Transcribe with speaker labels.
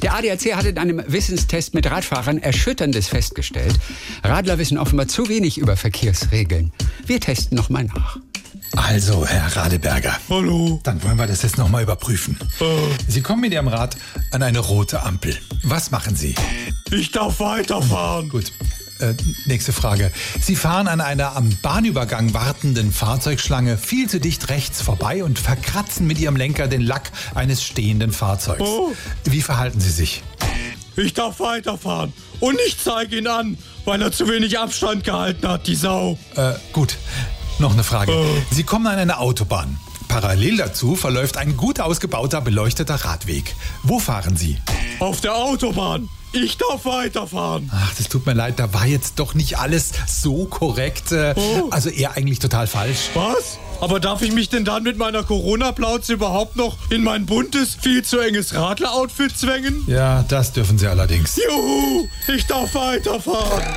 Speaker 1: Der ADAC hatte in einem Wissenstest mit Radfahrern Erschütterndes festgestellt. Radler wissen offenbar zu wenig über Verkehrsregeln. Wir testen nochmal nach.
Speaker 2: Also, Herr Radeberger.
Speaker 3: Hallo.
Speaker 2: Dann wollen wir das jetzt nochmal überprüfen.
Speaker 3: Oh.
Speaker 2: Sie kommen mit Ihrem Rad an eine rote Ampel. Was machen Sie?
Speaker 3: Ich darf weiterfahren.
Speaker 2: Gut. Äh, nächste Frage. Sie fahren an einer am Bahnübergang wartenden Fahrzeugschlange viel zu dicht rechts vorbei und verkratzen mit Ihrem Lenker den Lack eines stehenden Fahrzeugs.
Speaker 3: Oh.
Speaker 2: Wie verhalten Sie sich?
Speaker 3: Ich darf weiterfahren. Und ich zeige ihn an, weil er zu wenig Abstand gehalten hat, die Sau.
Speaker 2: Äh, gut, noch eine Frage.
Speaker 3: Oh.
Speaker 2: Sie kommen an eine Autobahn. Parallel dazu verläuft ein gut ausgebauter, beleuchteter Radweg. Wo fahren Sie?
Speaker 3: Auf der Autobahn. Ich darf weiterfahren.
Speaker 2: Ach, das tut mir leid, da war jetzt doch nicht alles so korrekt. Äh,
Speaker 3: Oh.
Speaker 2: Also eher eigentlich total falsch.
Speaker 3: Was? Aber darf ich mich denn dann mit meiner Corona-Plauze überhaupt noch in mein buntes, viel zu enges Radler-Outfit zwängen?
Speaker 2: Ja, das dürfen Sie allerdings.
Speaker 3: Juhu, ich darf weiterfahren.